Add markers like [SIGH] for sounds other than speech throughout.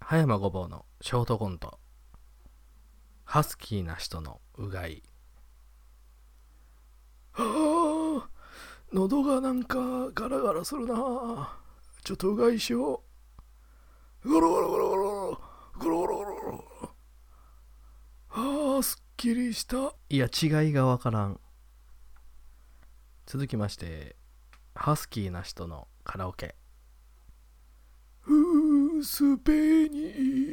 葉山ごぼうのショートコントハスキーな人のうがいあ喉がなんかガラガラするなちょっとうがいしようゴロゴロゴロゴロゴロゴロゴロゴロああすっきりしたいや違いがわからん続きましてハスキーな人のカラオケ薄紅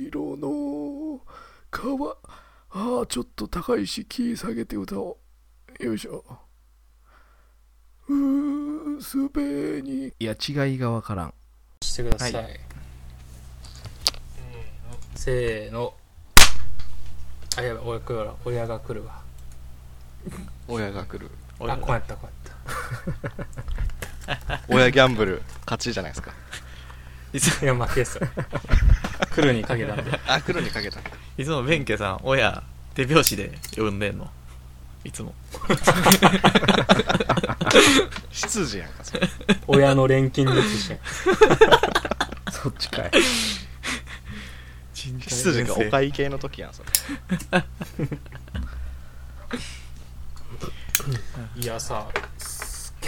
色の川ああちょっと高いしキー下げて歌おうよいしょ薄紅いや違いがわからんしてください、はせーのあやばい親来るわ親が来るわ親が来るあこうやったこうや親ギャンブル勝ちじゃないですかいつったいや負けですよ [LAUGHS] 来るにかけたんで [LAUGHS] あ来るにかけたいつも弁慶さん、親、手拍子で呼んでんの。いつも。執事やんかそれ親の錬金術 [LAUGHS] 師そっちかい執事がお会計の時やんそれいやさ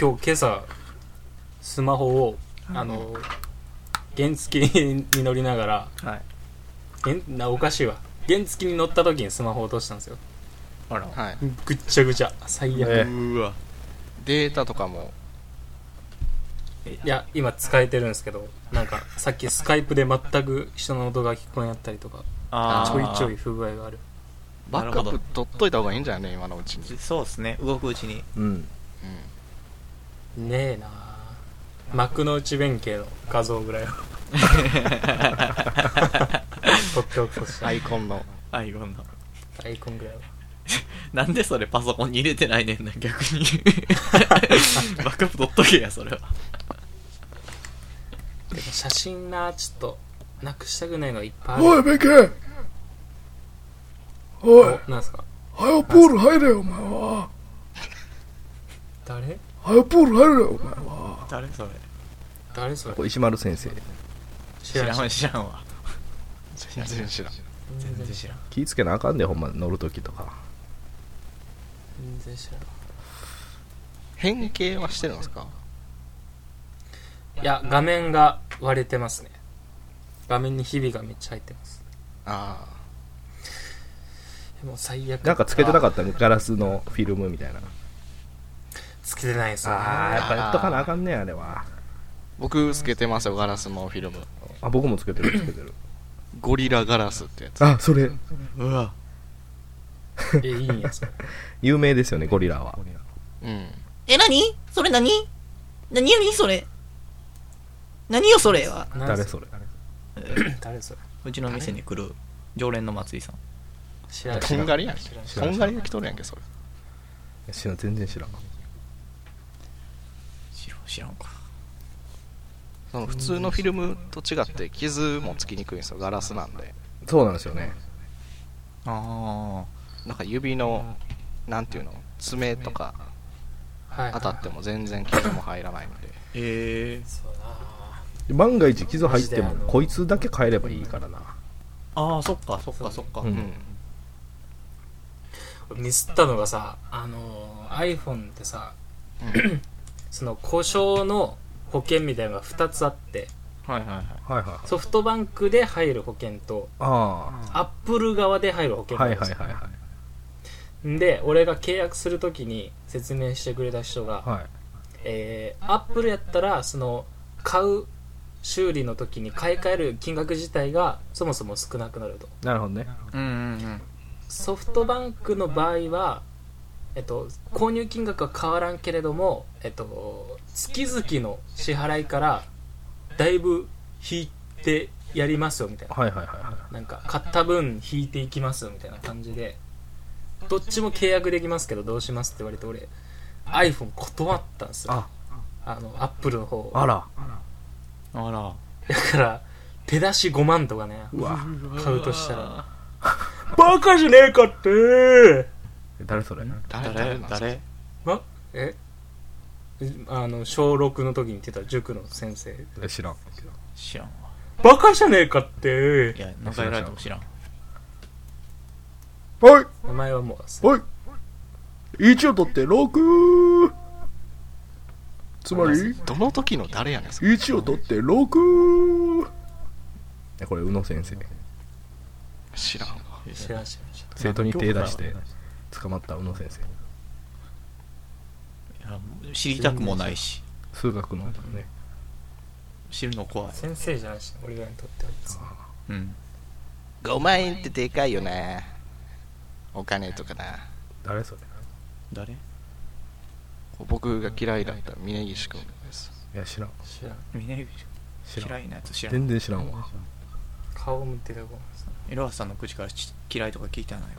今日今朝スマホをあの原付に乗りながらはい。原なおかしいわ原付に乗った時にスマホ落としたんですよあら。はいぐっちゃぐちゃ最悪、えうーわ。データとかもいや今使えてるんですけどなんかさっきスカイプで全く人の音が聞こえなったりとかあちーょいちょい。不具合があるバックアップ取っといた方がいいんじゃないね今のうちに、うん、そうですね。動くうち [LAUGHS] に。うんねえなあ幕の内弁慶の画像ぐらいを [LAUGHS] 撮っておくとしたアらイコンのアイコンの。アイコンぐらいはなんでそれパソコンに入れてないねんな、逆 [LAUGHS] に。バックアップ取っとけや、それは。でも写真なちょっとなくしたくないのがいっぱいあるおい弁慶おいおなんすかはよプール入れよお前は誰はよプール入れよお前は誰それ。誰それ石丸先生知知ららないん、知らんわ。全然知らん全全然然知知ららんん。気ぃつけなあかんでほんま乗る時とか全然知ら変形はしてるんですかんいや画面が割れてますね画面にひびがめっちゃ入ってますああでも最悪なんかつけてなっかったガラスのフィルムみたいなたつけてないですねああやっぱやっとかなあかんねあれは僕つけてますよガラスのフィルムあ僕もつけてる [CLEARS THROAT] つけてるゴリラガラスってやつあそれうわ。えいいんやそれ有名ですよねゴリラはうんえ、なにそれなになによりそれ何よそれは誰それれ誰それうちの店に来る常連の松井さん。知らないとんがりやん知らんとんがりが来とるやんけそれ知らん全然知らん知らん、知らんか。その普通のフィルムと違って傷もつきにくいんですよガラスなんでそうなんですよねあなんか指のなんていうの爪とかはい当たっても全然傷も入らないのでー。えー。そうだな万が一傷入ってマジであものこいつだけ変えればいいからなああ、そっか、そっか、そっか。ううんんミスったのがさあのー iPhone ってさ、う [CLEARS THROAT] その故障の保険みたいなのが2つあってはいはいはい。はいはいソフトバンクで入る保険とあアップル側で入る保あ険はないんはでいすよはいはで俺が契約するときに説明してくれた人が、いはいえー、アップルやったらその買う修理の時に買い替える金額自体がそもそも少なくなるとなるほどねうんうんうん。ソフトバンクの場合は、えっと、購入金額は変わらんけれども、えっと、月々の支払いからだいぶ引いてやりますよみたいなはいはいはいはなんか買った分引いていきますよみたいな感じでどっちも契約できますけどどうしますって言われて俺 iPhone 断ったんですよああのアップルの方をいあらあら。だから手出し5万とかねうわ買うとしたらバカじゃねえかって誰それ誰誰誰なんですか誰まえあの小6の時に言ってた塾の先生え知らん知らんわ。バカじゃねえかっていや中やられても知らんはい名前はもう忘れはい1を取って 6! つまりどの時の誰やねんそれ1を取って 6! これ宇野先生知らんわ知らん知らん知生徒に手出して捕まった宇野先生いや知りたくもないし数学のね知るの怖いらん先生じゃないし俺らにとっては別にうん5万円ってでかいよなお金とかな誰それ誰僕が嫌いだった峯岸君ですいや知らん知らん峰知岸らん嫌いなやつ知らん全然知らんわ顔向ってたごめんエロハさんの口からち嫌いとか聞いたないよ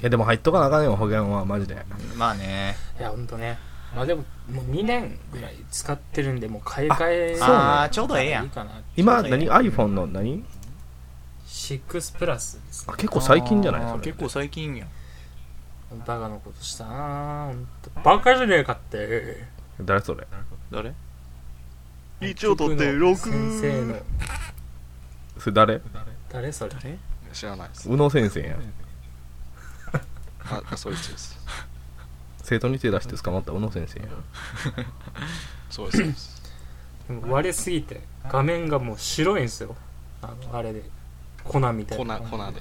いやでも入っとかなあかんよ保険はマジでまあねいやほんとねまあでももう2年ぐらい使ってるんでもう買い替えそうねああちょうどええやいいんかな今そうだね何 iPhone の何6プラスですねあ結構最近じゃないあそーれ結構最近やんバカのことしたなほんとバカじゃねえかって誰それ誰一応取って6先生のそれ誰誰それ誰知らないです宇野先生やんああそいつです生徒に手出して捕まった宇野先生やんそうですそうですでも割れすぎて画面がもう白いんですよあのあれで粉みた粉い粉なで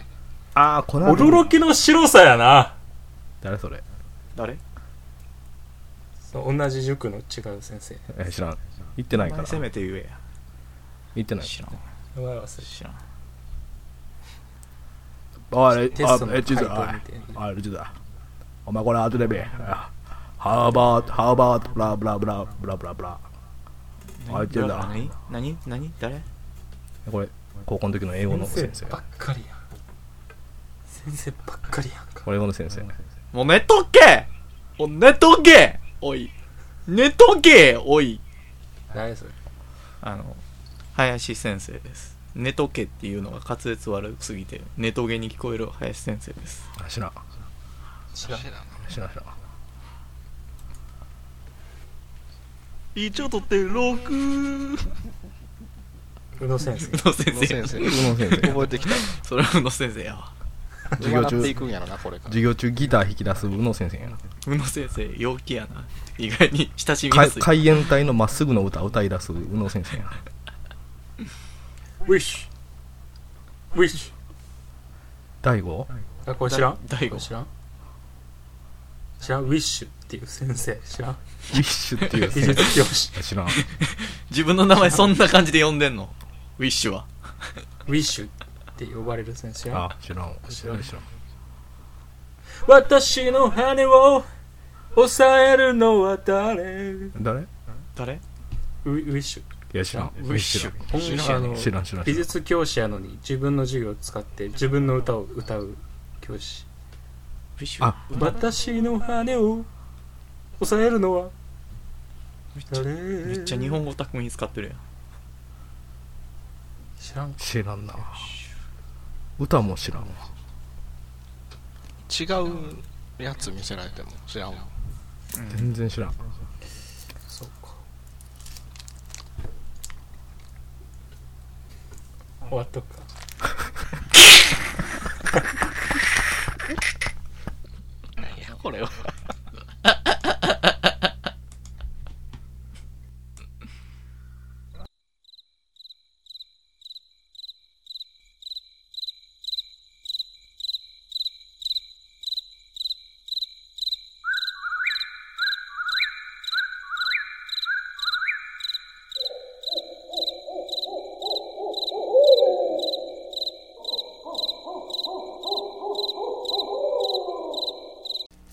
ああこの驚きの白さやな誰それ誰そう同じ塾の違う先生え知らん行ってないからせめて言え行ってやない知らん名前忘れ知らんあれテあストのえ地図回答あみたいなあれ地図だお前これ後でべあハーバードハーバードブラブラブラブラブラブラあいつだ何何何誰これ高校の時の英語の先先生生ばっかりやん先生ばっかりやんかこれ英語の先生もう寝とけお寝とけおい寝とけおい誰それあの林先生です寝とけっていうのが滑舌悪すぎて寝とげに聞こえる林先生ですあ知らん知らん知らん知らん一応とって6宇野先生宇野先宇野生先生宇野先生覚えてきたそれは宇野先生やわ授業中どうなっていくんやろなこれから授業中ギター弾き出す宇野先生やん宇野先生陽気やな意外に親しみや海すい海援隊のまっすぐの歌歌い出す宇野先生やんウィッシュウィッシ大悟ュあこれ知らんだ大悟これ知らん知らんウィッシュっていう先生知らんウィッシュっていう技先術教師生知らん自分の名前そんな感じで呼んでんのウィッシュはウィッシュって呼ばれる先生あ知らん知らん知らん私の羽を抑えるのは誰ウ誰い誰ウィッシュや知らんウィッシュほんまあの知らん知らん知美らん術教師やのに自分の授業を使って自分の歌を歌う教師ウィッシュあ私の羽を抑えるのはめっちゃ誰めっちゃ日本語巧みに使ってるやん知らん知らんな歌も知らんわ違うやつ見せられても知らんわ全然知らんそうか終わっとくか何やこれは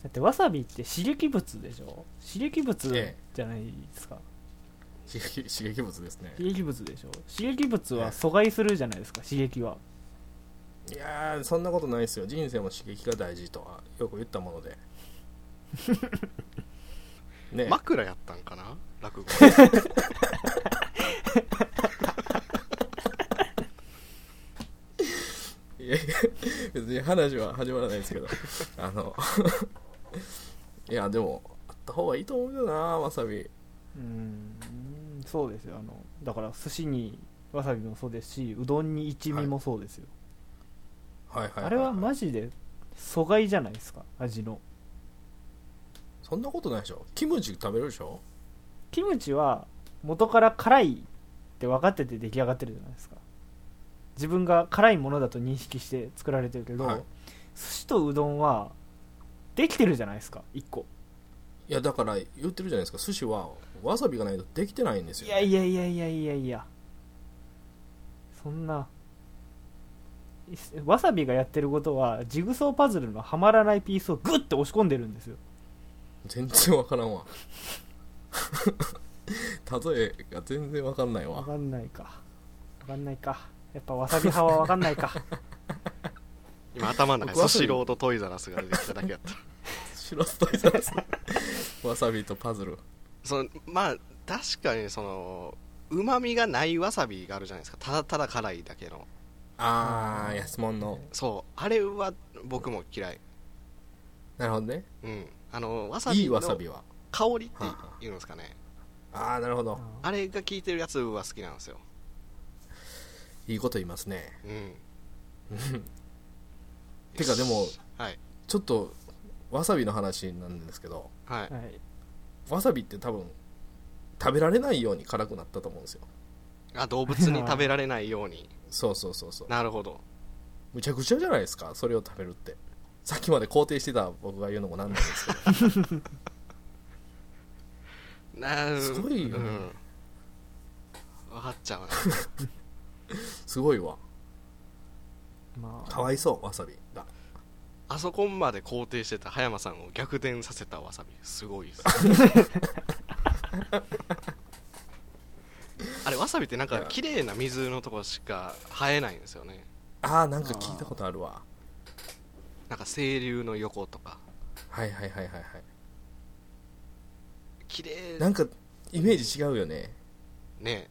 だってわさびって刺激物でしょ刺激物えじゃないですか、刺激刺激物ですね刺激物でしょ刺激物えはえ阻害するじゃないですか刺激はいやーそんなことないですよ人生も刺激が大事とはよく言ったもの [LAUGHS] でね [LAUGHS] え、枕やったんかな落語いやいや別に話は始まらないですけどあの [LAUGHS] いやでもあった方がいいと思うけどなわさびうんそうですよあのだから寿司にわさびもそうですしうどんに一味もそうですよ、はいはいいいあれはマジで阻害じゃないですか味のそんなことないでしょキムチ食べるでしょキムチは元から辛いって分かってて出来上がってるじゃないですか自分が辛いものだと認識して作られてるけど、はい寿司とうどんはできてるじゃないですか1個いやだから言ってるじゃないですか寿司はわさびがないとできてないんですよいやいやいやいやいやいやそんないすわさびがやってることはジグソーパズルのはまらないピースをグッて押し込んでるんですよ全然わからんわ [LAUGHS] 例えが全然わかんないわわかんないかわかんないかやっぱわさび派はわかんないか今頭の中僕にはスシローとトイザラスが出てきただけやった。白ストイザラスわさびとパズル [LAUGHS] そのまあ確かにそのうまみがないわさびがあるじゃないですかただただ辛いだけのああ安物のそうあれは僕も嫌いなるほどねうんあのわさいびいのわ香さびはりっていうんですかねああなるほどあれが効いてるやつは好きなんですよいいこと言いますねうんてかでもはいちょっとわさびの話なんですけどはいはいわさびって多分食べられないように辛くなったと思うんですよあ動物に食べられないようにそうそうそうそうなるほどむちゃくちゃじゃないですかそれを食べるってさっきまで肯定してた僕が言うのもなんなん [LAUGHS] ですけどなうんすごいよねうん分かっちゃうなすごいわまあかわいそうわさびがあそこまで肯定してた葉山さんを逆転させたわさびすごいですあれわさびってなんか綺麗な水のとこしか生えないんですよねああなんか聞いたことあるわなんか清流の横とかはいはいはいはいは綺麗いなんかイメージ違うよねね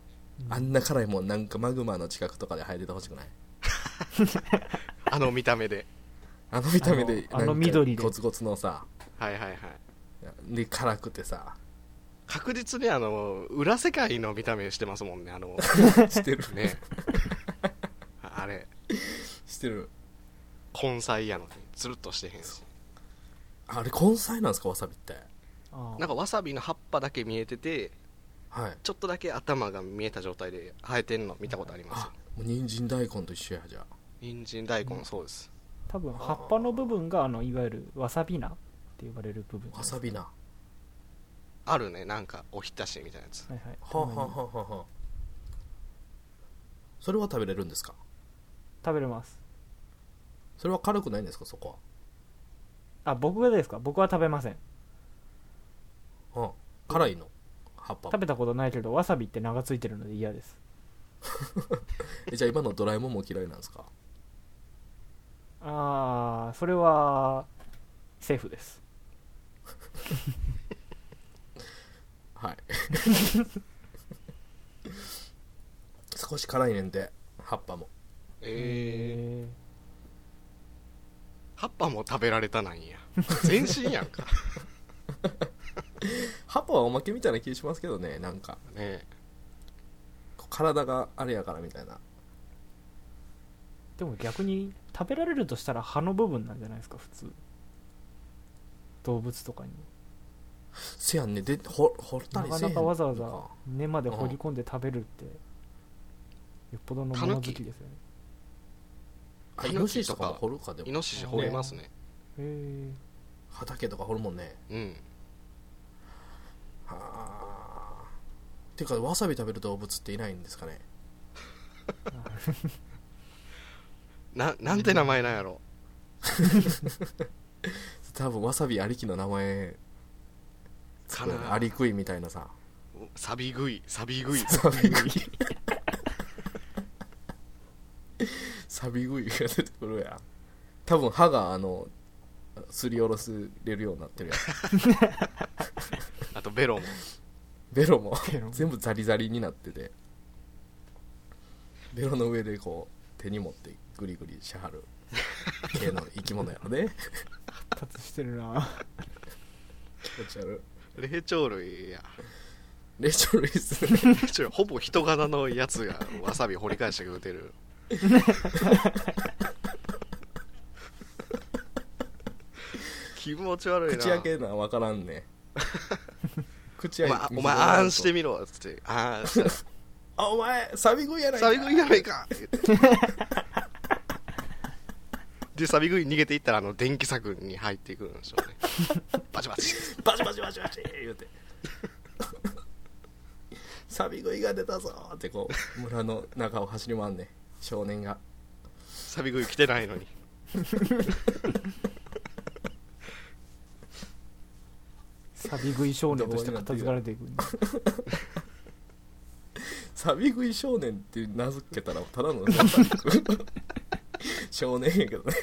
あんな辛いもんなんかマグマの近くとかで入れてほしくないあの見た目であの見た目であのあのなんか緑でゴツゴツのさはいはいはいで辛くて [LAUGHS] さ確実にあの裏世界の見た目してますもんねあのしてるねあれ [LAUGHS] してる根菜やのにつるっとしてへんしあれ根菜なんですかわさびってあなんかわさびの葉っぱだけ見えててはいちょっとだけ頭が見えた状態で生えてんの見たことありますあよもう人参大根と一緒やじゃあ人参大根そうです多分葉っぱの部分があのいわゆるわさび菜って呼ばれる部分わさびなはあるねなんかおひたしみたいなやつはいはいあはあはあはあはあそれは食べれるんですか食べれますそれは辛くないんですかそこあ僕がですか僕は食べませんは、うん、辛いの葉っぱ食べたことないけどわさびって名がついてるので嫌ですえじゃあ今のドラえもんも嫌いなんですかああそれはセーフですはい [LAUGHS] 少し辛いねんで葉っぱもえーえ葉っぱも食べられたなんや全身やん [LAUGHS] か葉っぱはおまけみたいな気しますけどねなんかねこう体があれやからみたいなでも逆に食べられるとしたら葉の部分なんじゃないですか普通動物とかにせやんねでほ掘ったなりかせえへなんかわざわざのか根まで掘り込んで食べるってよっぽどの物好きですよねあイノシシとかも掘るかでイもノシシ掘りますねへえ畑とか掘るもんねうんはあてかわさび食べる動物っていないんですかねななんて名前なんやろ多分わさびありきの名前かなあり食いみたいなさサビ食いサビ食いサビ食いサビ食いが出てくるやん多分歯があのすりおろすれるようになってるやんあとベロもベロもベロも全部ザリザリになっててベロの上でこう手に持ってグリグリしはる系の生き物やろね達してるな気持ち悪い霊長類やレチョルいいっすねちょほぼ人柄のやつがわさび掘り返してくれて [LAUGHS] る気持ち悪いな口開けな分からんね口お開前けお前あんしてみろっつってあんしてあお前サビ食いやないかサビ食いやないかって言ってでサビ食い逃げていったらあの電気柵に入っていくんでしょうねバチバチバチバチバチバチ言うてサビ食いが出たぞーってこう村の中を走り回んね少年がサビ食い来てないのにサビ食い少年として片付かれていくんだサビ食い少年って名付けたらただの少年やけどね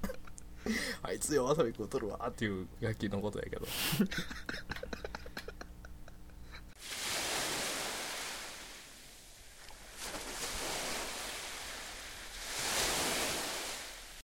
[LAUGHS] あいつよわさび食うとるわーっていうガキのことやけど